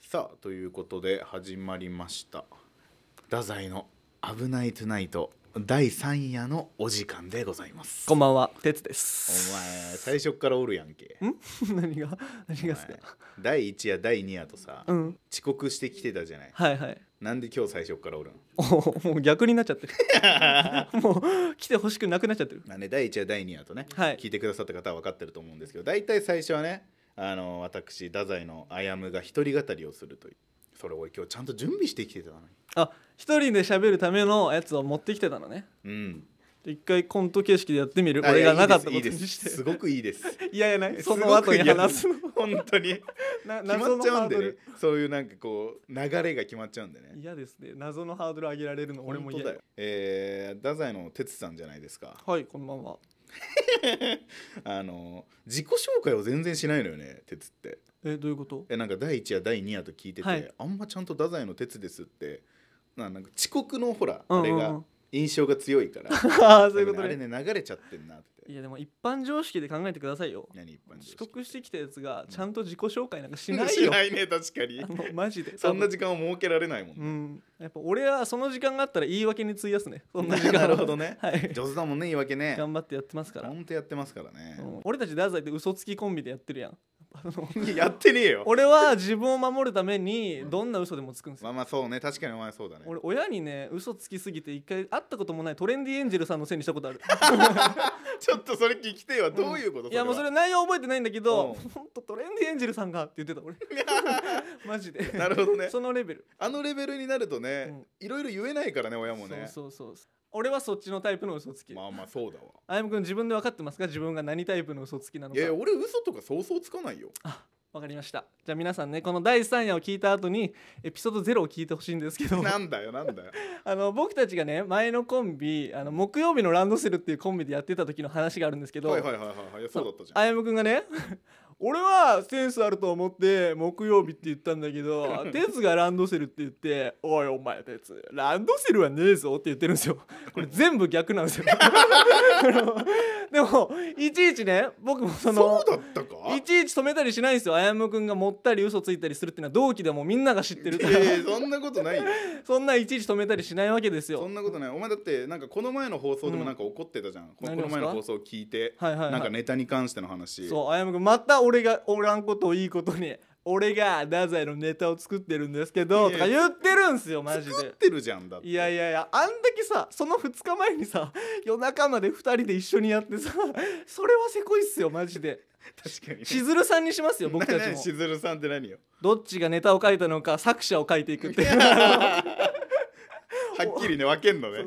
さあということで始まりました太宰の「危ないトゥナイト」第3夜のお時間でございますこんばんは、てつでおす。前最初っからおるやんけん 何が何がっすかお前第1夜第2夜とさ、うん。遅刻してきてたじゃないはいはい。なんで今日最初っからおるんおーもう逆になっちゃっ てる。もう来てほしくなくなっちゃってる。まあね、第1夜第2夜とね、はい聞いてくださった方は分かってると思うんですけど大体最初はねあの私太宰のあやむが一人語りをするというそれを今日ちゃんと準備してきてたのにあ、一人で喋るためのやつを持ってきてたのね。うん一回コント形式でやってみる。あ俺いやがなかったいこいでとにすいいですして。すごくいいですいやいやない。その後に話すのす。ごく嫌です本当に な決まっちゃうんでねル。そういうなんかこう流れが決まっちゃうんでね嫌ですね。謎のハードル上げられるの俺も本嫌当だよ。えー、太宰の哲さんじゃないですかはい、こんばんは。あの自己紹介を全然しないのよね哲ってえ、どういうこと？えなんか第1夜第2夜と聞いてて、はいあんまちゃんと太宰の哲ですってななんか遅刻のほら、うんうんうん あれが印象が強いからああ、 そういうことあれね。ね流れちゃってんなっていやでも一般常識で考えてくださいよ。何一般常識遅刻してきたやつがちゃんと自己紹介なんかしない しよ。ないね確かにあのマジで。そんな多分時間を設けられないもんね、うん。やっぱ俺はその時間があったら言い訳に費やすね。そんな時間をなるほどね、 はい。上手だもんね言い訳ね頑張ってやってますから。ほんとやってますからね、うん俺たち太宰って嘘つきコンビでやってるやん。あのいややってねえよ俺は自分を守るためにどんな嘘でもつくんですよ。まあまあそうね確かにお前そうだね俺親にね嘘つきすぎて一回会ったこともないトレンディエンジェルさんのせいにしたこと あるちょっとそれ聞きてえわどういうこと、いやもうそはれ内容覚えてないんだけうどん本当トレンディエンジェルさんがって言ってた 俺マジでなるほどねそのレベルあのレベルになるとね、うんいろいろ言えないからね親もねそうそうそう俺はそっちのタイプの嘘つき、まあまあそうだわあやむくん自分で分かってますか自分が何タイプの嘘つきなのいかやいや俺嘘とかそうそうつかないよわかりましたじゃあ皆さんねこの第3夜を聞いた後にエピソード0を聞いてほしいんですけどなんだよなんだよ あの僕たちがね前のコンビあの木曜日のランドセルっていうコンビでやってた時の話があるんですけど、はいはいはいはいはいいやそうだったじゃんあやむくんがね 俺はセンスあると思って木曜日って言ったんだ けど哲がランドセルって言って「おいお前哲ランドセルはねえぞ」って言ってるんですよこれ全部逆なんですよ あのでもいちいちね僕もそのそうだったかいちいち止めたりしないんですよあやむくんが持ったり嘘ついたりするっていうのは同期でもみんなが知ってるからえそんなことないよ そんないちいち止めたりしないわけですそよんなことないお前だってなんかこの前の放送でもなんか怒ってたじゃん、ここ何でのすか前の放送を聞いて、はいはいはいなんかネタに関しての話そうあやむくんまた俺がおらんことをいいことに俺が太宰のネタを作ってるんですけどいとやか言ってるんすよマジ作っで。てるじゃんだっていやいやいやあんだけさその2日前にさ夜中まで2人で一緒にやってさそれはせこいっすよマジで確か にしずるさんに しますよ僕たち何しもずるさんって何よどっちがネタを書いたのか作者を書いていくっていうはっきりね分けんのね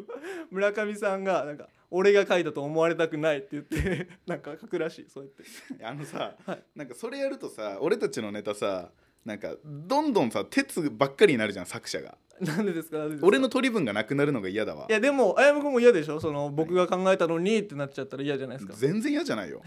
村上さんがなんか俺が書いたと思われたくないって言ってなんか書くらしいそうやってあのさ、はいなんかそれやるとさ俺たちのネタさなんかどんどんさ鉄ばっかりになるじゃん作者がなんでですかなんでですか俺の取り分がなくなるのが嫌だわいやでもあやむくんも嫌でしょその僕が考えたのにってなっちゃったら嫌じゃないですか、全然嫌じゃ ないよ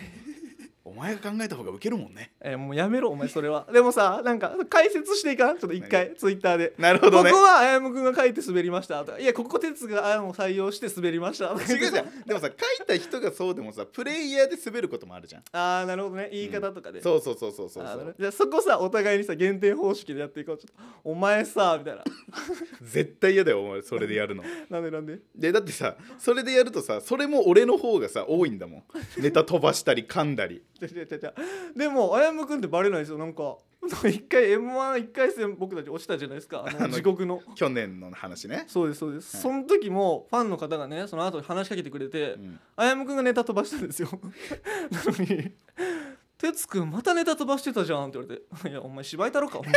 お前が考えた方がウケるもんねえーもうやめろお前それはでもさなんか解説していかんちょっと一回ツイッターでなるほ どねここはあやむくんが書いて滑りましたとかいやここ哲があやむを採用して滑りましたとか違うじゃんでもさ書いた人がそうでもさプレイヤーで滑ることもあるじゃん ああなるほどね言い方とかで、そうそうそうそうそうあそーなるほうどじゃあそこさお互いにさ減点方式でやっていこうちょっとお前さみたいな 絶対嫌だよお前それでやるのなんでなんででだってさそれでやるとさそれも俺の方がさ多いんだもんネタ飛ばしたり噛んだりじゃじゃじゃじゃでもあやむくんってバレないですよなんか 一回 m 1一回戦僕たち落ちたじゃないですかああのの地獄の去年の話 ね、そうですそうです、その時もファンの方がねその後に話しかけてくれて、うんあやむくんがネタ飛ばしたんですよ なのに「哲くんまたネタ飛ばしてたじゃん」って言われて「いやお前芝居太郎かお前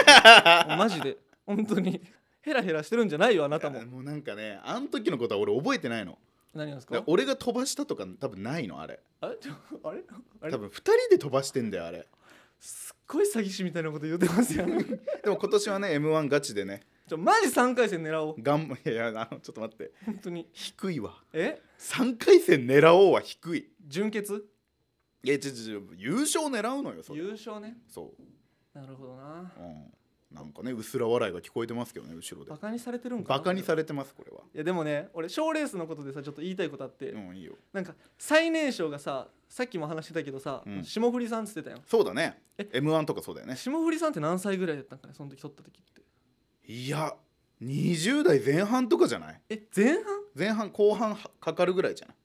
マジで本当にヘラヘラしてるんじゃないよあなたももうなんかねあの時のことは俺覚えてないの何がですだかから俺が飛ばしたとか多分ないのあれあれち ょあれあれ多分2人で飛ばしてんだよあれすっごい詐欺師みたいなこと言ってますよでも今年はね m 1ガチでね ちょマジ3回戦狙おうがんいやいやあのちょっと待って本当に低いわえ3回戦狙おうは低い純潔いやちょちょ優勝狙うのよそれ優勝ねそなるほどなう、うん、なんかねうすら笑いが聞こえてますけどね後ろでバカにされてるんかなバカにされてますこれはいやでもね俺賞ーレースのことでさちょっと言いたいことあって、うんいいよなんか最年少がささっきも話してたけどさ、うん霜降りさんっつってたよそうだねえ m 1とかそうだよね霜降りさんって何歳ぐらいだったんかねその時撮った時っていや20代前半とかじゃないえ前半前半後半はかかるぐらいじゃない、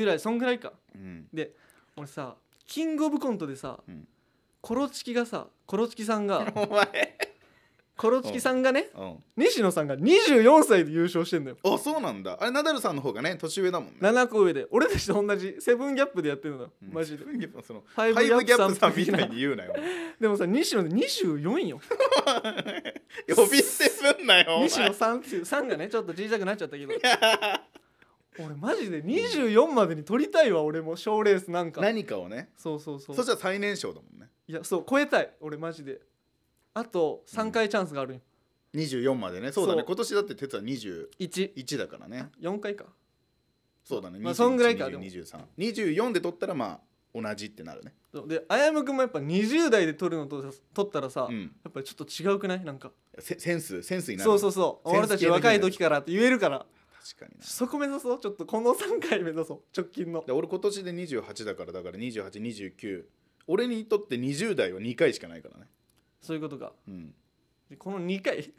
ぐらいそんぐらいかうん、で俺さキングオブコントでさ、うんコロチキがさコロチキさ んがお前、コロチキさんがねう西野さんが24歳で優勝してんだよん、あそうなんだあれナダルさんの方がね年上だもんね7個上で俺たちと同じセブンギャップでやってるのよ マジで、うんそのフファァイブギャップさんみ的たいに言う なよでもさ西野で24よ呼び捨てすんなよお前西野さんっていう3がねちょっと小さくなっちゃった けど俺マジで24までに取りたいわ俺も賞ーレースなんか何かをねそうそうそうそしたら最年少だもんねいやそう超えたい俺マジであと3回チャンスがあるよ、 24までねそうだそねう今年だって哲は21 14だからね回かそうだね、まあ21そんぐらいかでも202324で取ったらまあ同じってなるねそうであやむくんもやっぱ20代で取るのと取ったらさ、うやんっぱりちょっと違うくないなんかセセンスセンスになるそうそうそうセンス系俺たち若い時からって言えるから確かになそこ目指そうちょっとこの3回目指そう直近ので俺今年で28だからだから2829俺にとって20代は2回しかないからね、そういうことか うん、でこの2 回チ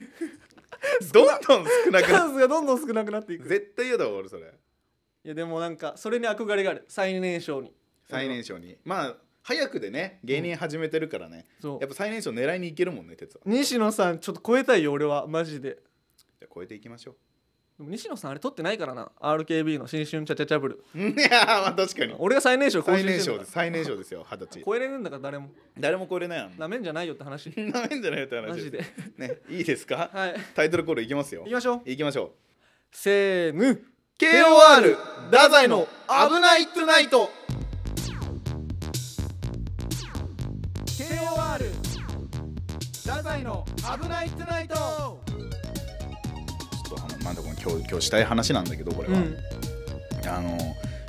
どんどん少なくなャンスがどんどん少なくなっている く絶対嫌だわ俺それいやでもなんかそれに憧れがある最年少に最年少にまあ早くでね芸人始めてるからね、そうやっぱ最年少狙いにいけるもんね哲は西野さんちょっと超えたいよ俺はマジでじゃあ超えていきましょうでも西野さんあれ取ってないからな RKB の新春チャチャチャブル いやーまあ確か に俺が最年少更新最年して少るです最年少ですよ二十歳超えれるんだから誰も誰も超え れないやんなめんじゃないよって話なめんじゃないよって話マジでねいいですかはいタイトルコールいきますよ行きましょういきましょうせーの KOR 太宰の「危ないトゥナイト」 KOR 太宰の「危ないトゥナイトちょっとあのまだこの今日今日したい話なんだけどこ」れうは、んあの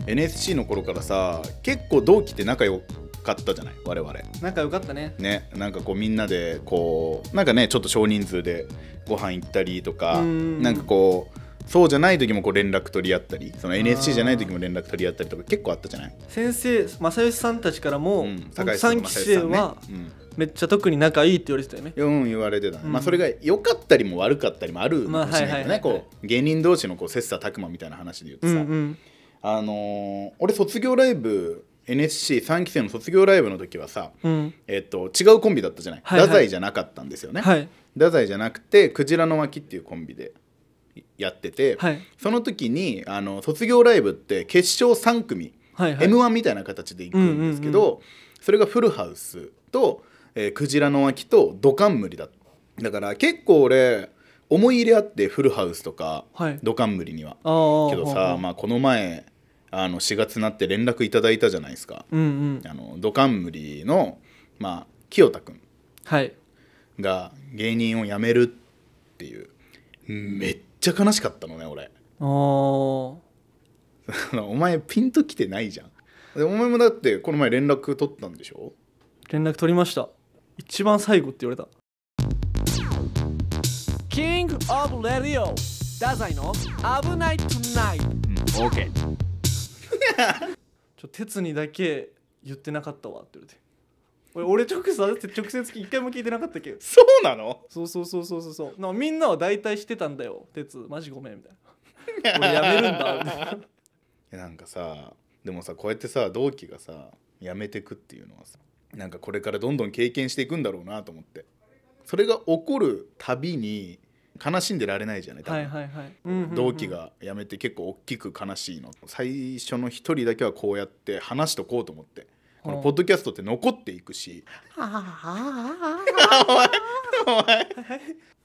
NSC の頃からさ結構同期って仲良かったじゃない我々仲良かったねねなんかこうみんなでこうなんかねちょっと少人数でご飯行ったりとかうんなんかこうそうじゃない時もこう連絡取り合ったりそのー NSC じゃない時も連絡取り合ったりとか結構あったじゃない、先生正義さんたちからもうん、三期生は正義さんねめっちゃ特に仲いいって言われてたよねうんうん言われてたね、うんまあそれが良かったりも悪かったりもあるのかもしれないけどまあねはいはいはいはいこう芸人同士のこう切磋琢磨みたいな話で言うとうさ、んうんあのー俺卒業ライブ NSC3 期生の卒業ライブの時はさ、うんえっと、違うコンビだったじゃない、はいはい太宰じゃなかったんですよね、はい太宰じゃなくてクジラの巻っていうコンビでやってて、はいその時にあの卒業ライブって決勝3組、はいはい m 1みたいな形で行くんですけど、うんそれがフルハウスと、えークジラの巻とドカンムリだっただから結構俺思い入れあってフルハウスとかはいドカンムリには。あーけどほうほさ、うまあ、この前あの4月になって連絡いただいたじゃないですかうんうんあのドカンムリの、まあ、清田君はいが芸人を辞めるっていうめっちゃ悲しかったのね俺 あーお前ピンときてないじゃんでお前もだってこの前連絡取ったんでしょ連絡取りました一番最後って言われたキングオブレディオダザイの危ないトゥナイトうん OK ちょ鉄にだけ言ってなかったわって言われて俺俺直接直接一回も聞いてなかったっけそうなのそうそうそうそうそうそうなんかみんなは大体してたんだよ鉄マジごめんみたいな俺やめるんだみたいないやなんかさでもさこうやってさ同期がさ辞めてくっていうのはさなんかこれからどんどん経験していくんだろうなと思ってそれが起こるたびに悲しんでられないじゃない多分はいはいはい、うんうんうん同期が辞めて結構大きく悲しいの最初の一人だけはこうやって話しとこうと思ってこのポッドキャストって残っていくし ああ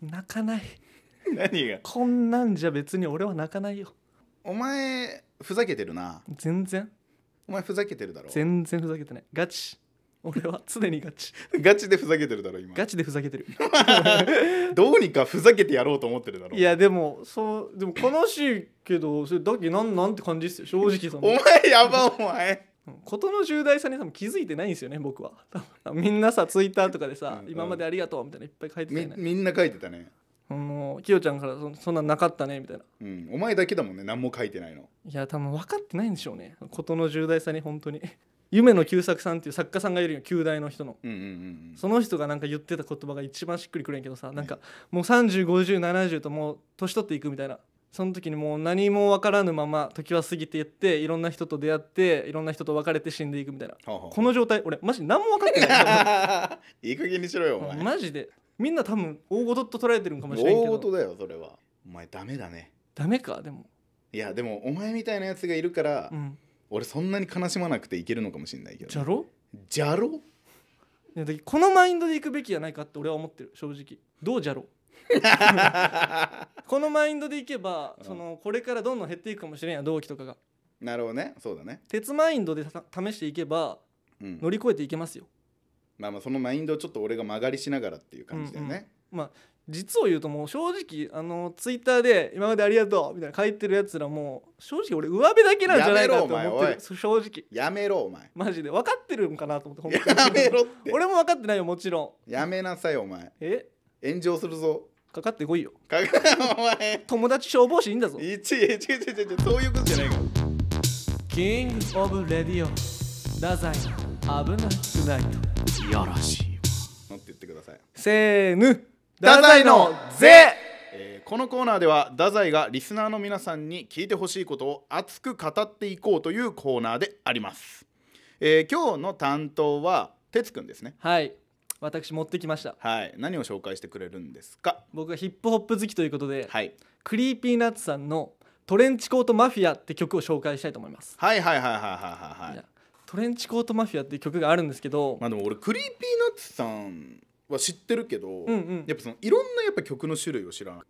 泣かない何がこんなんじゃ別に俺は泣かないよお前ふざけてるな全然お前ふざけてるだろ全然ふざけてないガチ俺は常にガチ ガチでふざけてるだろ今ガチでふざけてるどうにかふざけてやろうと思ってるだろいやでもそうでも悲しいけどそれだけなんなんて感じっすよ正直そおの前やばお前 事の重大さに多分気づいてないんですよね僕は 多分みんなさツイッターとかでさう「ん今までありがとう」みたいなのいっぱい書いてたみよねみんな書いてたね、あのきよちゃんからそ「そんなんなかったね」みたいなうん、お前だけだもんね何も書いてないのいや多分分かってないんでしょうね事の重大さに本当に 夢野久作さんっていう作家さんがいるよ旧大の人のうんうんうんその人がなんか言ってた言葉が一番しっくりくるんやけどさなんかもう305070ともう年取っていくみたいなその時にもう何も分からぬまま時は過ぎていっていろんな人と出会っていろんな人と別れて死んでいくみたいなはあはあこの状態俺マジ何も分かってな いいい加減にしろよお前マジでみんな多分大事と捉えてるんかもしれん大け事どだよそれはお前ダメだねダメかでもいやでもお前みたいなやつがいるから、うん俺そんなに悲しまなくていけるのかもしれないけどじゃねろじゃろいやだけどこのマインドでいくべきじゃないかって俺は思ってる正直どうじ ゃろうこのマインドでいけばうんそのこれからどんどん減っていくかもしれんや同期とかがなるほどねそうだね、鉄マインドでた試していけばうん乗り越えていけますよまあまあそのマインドをちょっと俺が曲がりしながらっていう感じだよね、実を言うともう正直あのツイッターで「今までありがとう」みたいな書いてるやつらも正直俺上辺だけなんじゃないかとやめろ思おっ前ておいるそう正直やめろお前マジで分かってるんかなと思ってほんやまにめろって俺も分かってないよもちろ んやめなさいお前え炎上するぞかかってこいよかお前友達消防士いいんだぞいちいちいちいちいちそういうことじゃないからキングオブレディオ太宰危なくないといやらしいわって言ってくださいせーぬ太宰のぜえーこのコーナーでは太宰がリスナーの皆さんに聞いてほしいことを熱く語っていこうというコーナーであります、えー今日の担当は哲くんですねはい私持ってきましたはい何を紹介してくれるんですか僕がヒップホップ好きということで、はい、クリーピーナッツさんの「トレンチコートマフィア」って曲を紹介したいと思います、はいはいはいはいはいはいいはいやトレンチコートマフィアっていう曲があるんですけど、まあでも俺クリーピーナッツさんは知ってるけど、うんうんやっぱそのいろんなやっぱ曲の種類を知らない、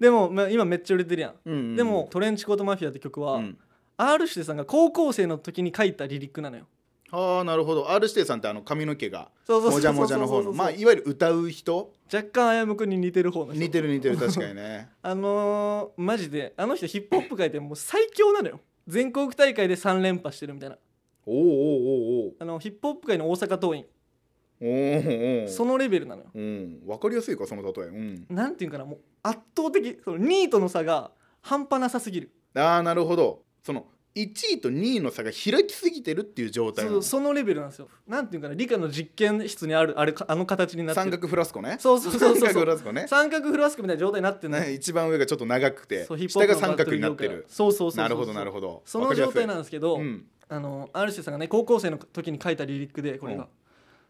でも、まあ、今めっちゃ売れてるやん、うんうんでも「トレンチコートマフィア」って曲は、うん R 指定さんが高校生の時に書いたリリックなのよああなるほど R 指定さんってあの髪の毛がそうそうそもうそうじゃもじゃの方のまあいわゆる歌う人若干あやむくんに似てる方の人似てる似てる確かにねあのーマジであの人ヒップホップ界でもう最強なのよ全国大会で3連覇してるみたいなおうおうおうおうあのヒップホップ界の大阪桐おーお蔭ーそのレベルなのようん、わかりやすいかその例え、うん、なんていうんかなもう圧倒的その2位との差が半端なさすぎるああなるほどその1位と2位の差が開きすぎてるっていう状態なそのうそのレベルなんですよなんていうんかな理科の実験室にあるあれかあの形になってる三角フラスコねそうそうそうそう三角フラスコね三角フラスコみたいな状態になってんのよね一番上がちょっと長くてそうヒップホ下ップがの三角になバっトルて業界はるそうそうそうそうなるほどなるほどその状態なんんですけど、うんあのアルシェさんがね高校生の時に書いたリリックでこれが、うん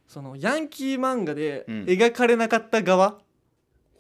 そのヤンキー漫画でうん描かれなかった側、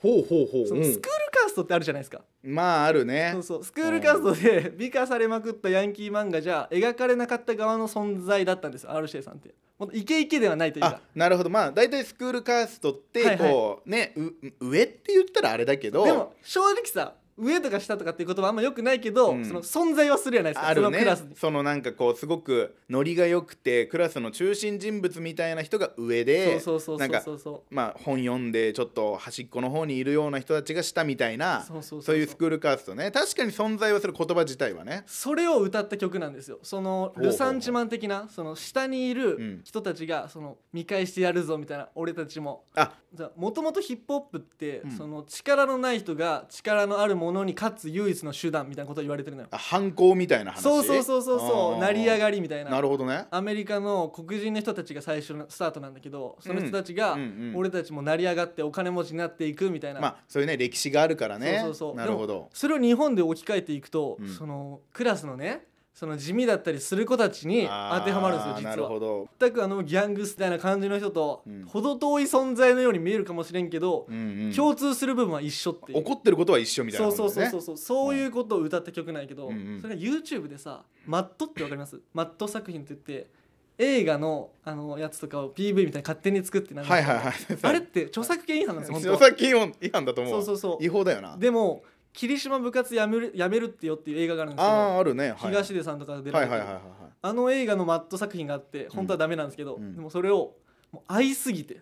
ほうほうほうそのうんスクールカーストってあるじゃないですか、まああるねそうそうスクールカーストで美化されまくったヤンキー漫画じゃ描かれなかった側の存在だったんです R シェさんってもっとイケイケではないというあかなるほどまあ大体スクールカーストってこう、はいはいねう上って言ったらあれだけどでも正直さ上とか下とかっていう言葉あんまよくないけど、うんその存在はするじゃないですか、あるそのクねラスにそのなんかこうすごくノリが良くてクラスの中心人物みたいな人が上でそうそうそなうんそうかそうそまあ、本読んでちょっと端っこの方にいるような人たちがしたみたいなそうそうそうそういうスクールカーストね確かに存在はする言葉自体はねそれを歌った曲なんですよそのほうほうルサンチマン的なその下にいる人たちがその見返してやるぞみたいな俺たちもあもともとヒップホップって、うんその力のない人が力のあるものに勝つ唯一の手段みたいなことを言われてるのよあ反抗みたいな話そうそうそうそうそう成り上りがりみたいななるほどねアメリカの黒人の人たちが最初のスタートなんだけどその人たちが、うんうん俺たちも成り上がってお金持ちになっていくみたいな、まあそういうね歴史があるからねそうそうそうなるほどそれを日本で置き換えていくと、うんそのクラスのねその地味だったりする子たちにあー当てはまるんですよ実はなるほど、全くあのギャングスみたいな感じの人と、うんほど遠い存在のように見えるかもしれんけどう、んうん、共通する部分は一緒っていう怒ってることは一緒みたいなそこうとそうそうねそうそうそういうことを歌った曲なんやけど、うんうんそれが YouTube でさ「マット」ってわかりますマット作品って言って映画のあのやつとかを PV みたいに勝手に作ってなんかはいはいはいあれって著作権違反なんですよ 著本作権違反だと当思うそうそうそ違法だよなうでも「霧島部活やめるやめるってよ」っていう映画があるんですけど、ああーあるね、はい、東出さんとかが出らはれいてはいる、はいはいはいあの映画のマット作品があって本当はダメなんですけど、うんでもそれをもう愛すぎて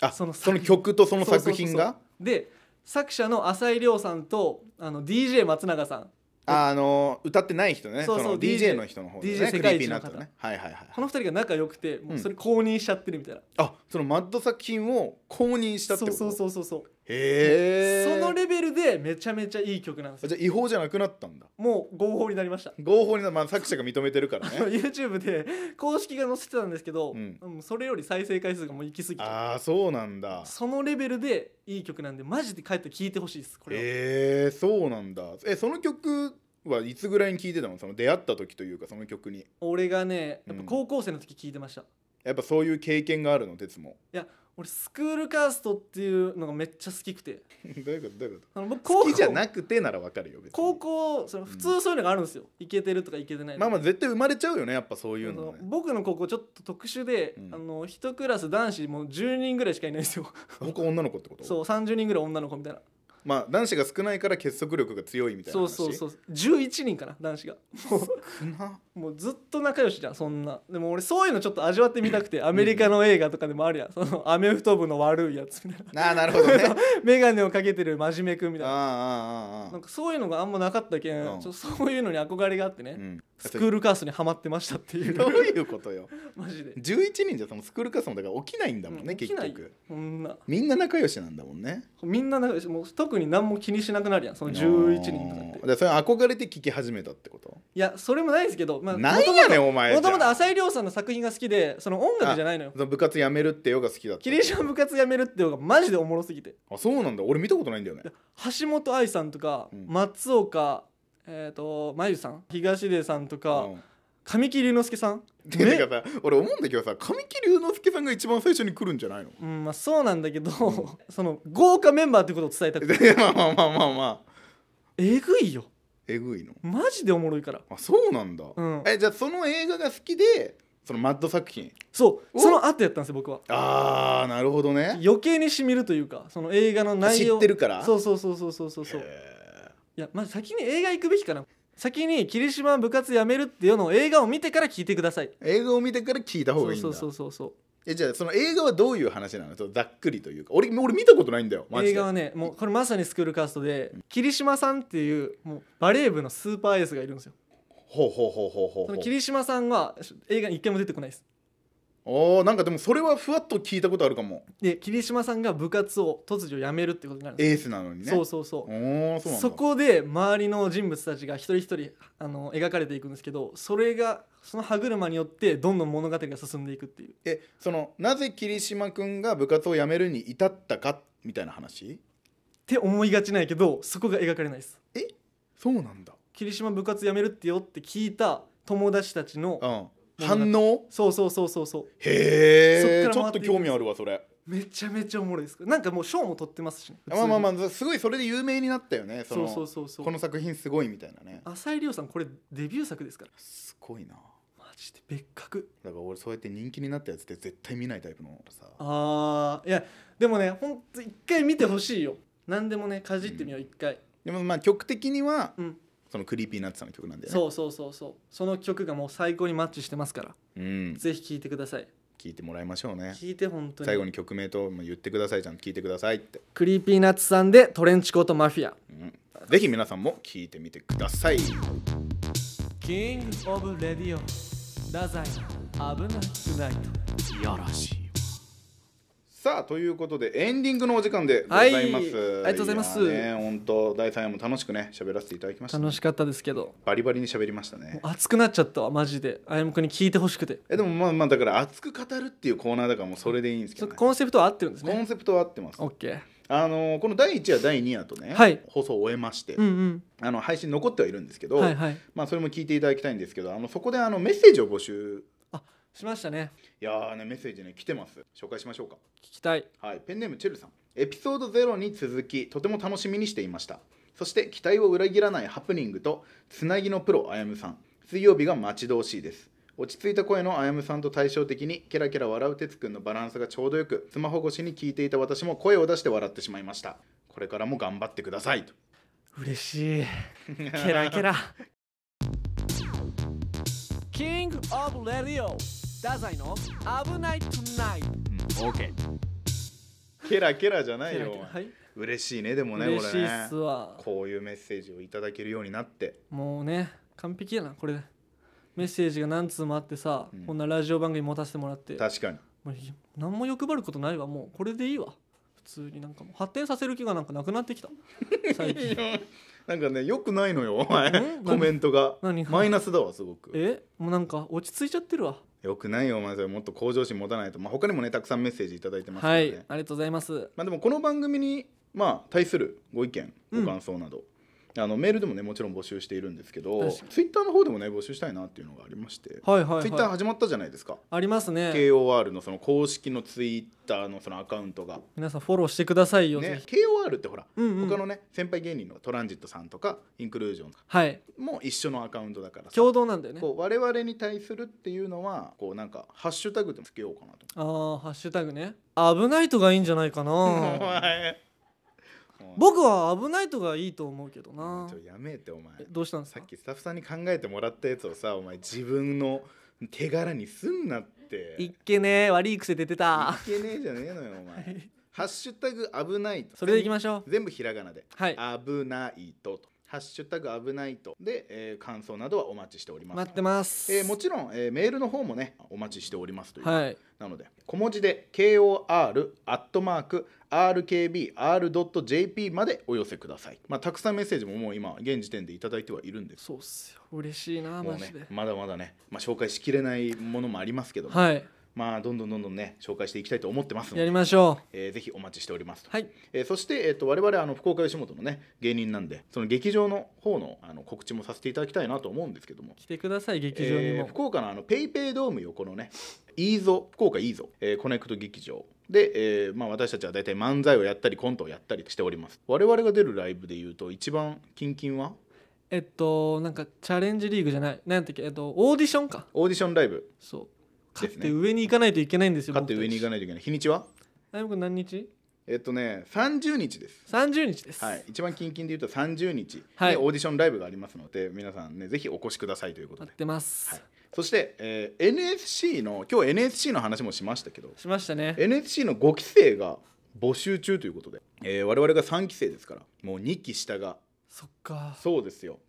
あそそのの曲とその作品そうそうがそうそうで作者の浅井亮さんとあの DJ 松永さんああの歌ってない人ねそうそうの DJ DJ の人の方でね DJ 世界一のクリーピ方ーナッツねはいはいはいこの二人が仲良くてもううんそれ公認しちゃってるみたいな、あそのマッド作品を公認したってそことうそうそうそうそうへえそのレベルでめちゃめちゃいい曲なんですよじゃあ違法じゃなくなったんだもう合法になりました合法にな、まあ、作者が認めてるからね YouTube で公式が載せてたんですけど、うんうんそれより再生回数がもう行き過ぎてああそうなんだそのレベルでいい曲なんでマジで帰って聴いてほしいですこれは、えー、そうなんだえその曲はいつぐらいに聴いてたのその出会った時というかその曲に俺がねうやんっぱ高校生の時聴いてました、やっぱそういう経験があるの哲も 俺スクールカーストっていうのがめっちゃ好きくてどういうことどういうこあの僕と高好きじゃ校なくてならわかるよ別に高校その普通そういうのがあるんですよいけてるとかいけてないとかまあまあ絶対生まれちゃうよねやっぱそういうあののね僕の高校ちょっと特殊で、うんあの一クラス男子もう10人ぐらいしかいないんですよ僕女の子ってことそう30人ぐらい女の子みたいなまあ男子が少ないから結束力が強いみたいなそう話そうそうう11人かな男子がもう少なもうずっと仲良しじゃんそんなでも俺そういうのちょっと味わってみたくてアメリカの映画とかでもあるやんそのアメフト部の悪いや つみたいなああなるほど ね眼鏡をかけてる真面目くんみあたいなあああああなんかそういうのがあんまなかったけん、うんちょっとそういうのに憧れがあってね、うんスクールカーストにはまってましたっていどうういうことよ マジで11人じゃそのスクールカスもだから起きないんだもんね、うん起結きない局こんなみんな仲良しなんだもんねみんな仲良しもう特に何も気にしなくなるやんその11人とかってあーでそれ憧れて聴き始めたってこといやそれもないですけど、まあ、なんやねんお前じゃもんともと浅井亮さんの作品が好きでその音楽じゃないのよその部活辞めるってよが好きだったキリシャン部活やめるっていうのがマジでおもろすぎてあそうなんだ俺見たことないんだよね橋本愛さんとか、うん松岡えっ、と真由さん東出さんとか、うん神木隆之介さんてかさ俺思うんだけどさ神木隆之介さんが一番最初に来るんじゃない のうんまあそうなんだけど、 その豪華メンバーってことを伝えたくてまあまあまあまあまあえぐいよえぐいのマジでおもろいからあそうなんだ、うんえじゃあその映画が好きでそのマッド作品そうおその後やったんですよ僕はあーなるほどね余計にしみるというかその映画の内容知ってるからそうそうそうそうそうそうそうへいやまず先に映画行くべきかな先に霧島部活やめるっていうのを映画を見てから聞いてくださいー映画を見てから聞いた方そがういいんだそうそうそうそうえじゃあその映画はどういう話なのちょっとざっくりというか俺俺見たことないんだよマジで映画はねもうこれまさにスクールカーストで霧島さんっていうもうバレー部のスーパーエースがいるんですよほうほうほうほうほうそほのう霧島さんは映画に一回も出てこないですおーなんかでもそれはふわっと聞いたことあるかもで霧島さんが部活を突如やめるってことになるんですエースなのにねそうそうそうおーそうなんだそこで周りの人物たちが一人一人あの描かれていくんですけどそれがその歯車によってどんどん物語が進んでいくっていうえそのなぜ桐島君が部活を辞めるに至ったかみたいな話って思いがちないけどそこが描かれないですそうなんだ霧島部活辞めるってよって聞いた友達たちのうん語反応そうそうそうそうそうへえちそょっっから回ってといく興味あるわそれめちゃめちゃおもろいですなんかもう賞も取ってますしねまあまああまあすごいそれで有名になったよねそそのうそうそうそうこの作品すごいみたいなね浅井亮さんこれデビュー作ですからすごいなマジで別格だから俺そうやって人気になったやつって絶対見ないタイプの俺さあーいやでもねほんと一回見てほしいよ何でもねかじってみよう一回でもまあ曲的にはうんそのクリーピーナッツさんの曲なんだよねそうそうそうそうその曲がもう最高にマッチしてますからうんぜひ聴いてください聞いてもらいましょうね聴いて本当に最後に曲名とも言ってくださいちゃんと聞いてくださいって、クリーピーナッツさんでトレンチコートマフィアうん、ぜひ皆さんも聞いてみてくださいキングオブレディオ太宰危なくないいやらしいさあということでエンディングのお時間でございます、はいありがとうございますやね本当第3夜も楽しくね喋らせていただきました楽しかったですけどバリバリに喋りましたね熱くなっちゃったわマジであやむくんに聞いてほしくてえでもまあまあだから熱く語るっていうコーナーだからもうそれでいいんですけちょど、っとね、コンセプトは合ってるんですコねンセプトは合ってますオッケーあのーこの第1夜第2夜とね、はい放送を終えまして、うんうんあの配信残ってはいるんですけど、はいはいまあ、それも聞いていただきたいんですけどあのそこであのメッセージを募集しましたねいやーねメッセージね来てます紹介しましょうか聞きたいはいペンネームチェルさんエピソード0に続きとても楽しみにしていましたそして期待を裏切らないハプニングとつなぎのプロあやむさん水曜日が待ち遠しいです落ち着いた声のあやむさんと対照的にケラケラ笑うてつくんのバランスがちょうどよくスマホ越しに聞いていた私も声を出して笑ってしまいましたこれからも頑張ってくださいと嬉 しいケラケラキングオブレディオ太宰の危ないトゥナイトオーケーケラケラじゃないケラよケラはい嬉しいねでもね嬉しこれいねっすわこういうメッセージをいただけるようになってもうね完璧やなこれでメッセージが何通もあってさ、うんこんなラジオ番組持たせてもらって確かにもうい何も欲張ることないわもうこれでいいわ普通になんかもう発展させる気がなんかなくなってきた最近なんかねよくないのよお前んコメントが何マイナスだわすごくえもうなんか落ち着いちゃってるわよくないよお前それもっと向上心持たないと、まあ、他にもねたくさんメッセージ頂いただいてますかはらね、いありがとうございますまあ、でもこの番組に、まあ、対するご意見うんご感想など、あのメールでもねもちろん募集しているんですけど確かにツイッターの方でもね募集したいなっていうのがありまして、はいはいツイッターはい始まったじゃないですか、ありますね KOR のその公式のツイッターのそのアカウントが、皆さんフォローしてくださいよ、ねぜ、ひ KOR ってほら、うんうん他のね先輩芸人のトランジットさんとかインクルージョンとかはいも一緒のアカウントだからさ共同なんだよねこう我々に対するっていうのはこうなんかハッシュタグでもつけようかなとあーハッシュタグね危ないとがいいんじゃないか おな前お前僕は危ないとがいいと思うけどなちょやめてお前えどうしたんですさかっきスタッフさんに考えてもらったやつをさお前自分の手柄にすんなっていっけね悪い癖出てたいけねえじゃねえのよお前「ハッシュタグ危ないと」 それでいきまましょう全部ひらがなではい「危ないと」と「ハッシュタグ危ないと」で、えー感想などはお待ちしております待ってますえーもちろん、えーメールの方もねお待ちしておりますという、はいなので小文字で kor.rkbr.jp までお寄せください、まあ、たくさんメッセージももう今現時点でいただいてはいるんですそうっすよ嬉しいなもマうジねで、まだまだね、まあ、紹介しきれないものもありますけども、はいまあどんどんどんどんね紹介していきたいと思ってますのやりで、ましょえーぜひお待ちしておりますとう、はいえーそして、えー、と我々あの福岡吉本のね芸人なんでその劇場の方のあの告知もさせていただきたいなと思うんですけども来てください劇場にえもー、福岡のあのペイペイドーム横のねいいぞ福岡いいぞ、えーコネクト劇場で、えーまあ、私たちは大体漫才をやったりコントをやったりしております我々が出るライブでいうと一番キンキンはえっとなんかチャレンジリーグじゃないなんてっけえっとオーディションかオーディションライブそうで勝すねって上に行かないといけないんですよ勝って上に行かないないといけない日にちは大僕何日えっとね30日です30日ですはい、一番キンキンで言うと30日、はいでオーディションライブがありますので皆さんねぜひお越しくださいということ待でってます、はいそして、えー NSC の今日 NSC の話もしましたけどしましたね NSC の5期生が募集中ということで、えー我々が3期生ですからもう2期下がそっかそうですよ、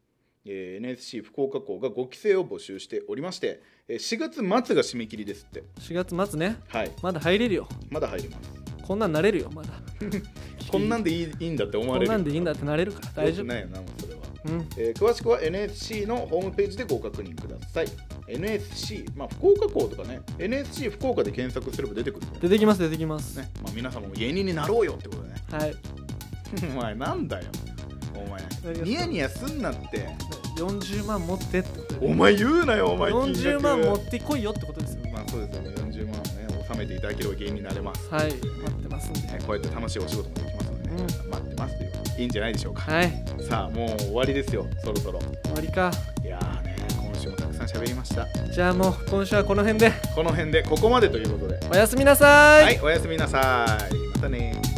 えー NSC 福岡校が5期生を募集しておりまして、えー4月末が締め切りですって4月末ねはいまだ入れるよまだ入りますこんなんなれるよまだ こんなんでいいいいんだって思 こわれんるなんでいいんだってなれるから大丈よく夫ないよなもうそれはうんえー詳しくは NSC のホームページでご確認ください NSC、まあ、福岡校とかね NSC 福岡で検索すれば出てくるんで出てきます出てきます、ね、まあ、皆様も芸人になろうよってことでね はいお前なんだよお前何がニヤニヤすんなって40万持ってってことでお前言うなよお前40万持もってこいよってことですよまあそうですよね40万をね納めていただければ芸人になれます、はい待ってますんでねこうやって楽しいお仕事もできますので、ねうん皆さん待ってますということでいいんじゃないでしょうか、はいさあもう終わりですよそろそろ終わりかいやーね今週もたくさん喋りましたじゃあもう今週はこの辺でこの辺でここまでということでおやすみなさいはい、おやすみなさい。またねー。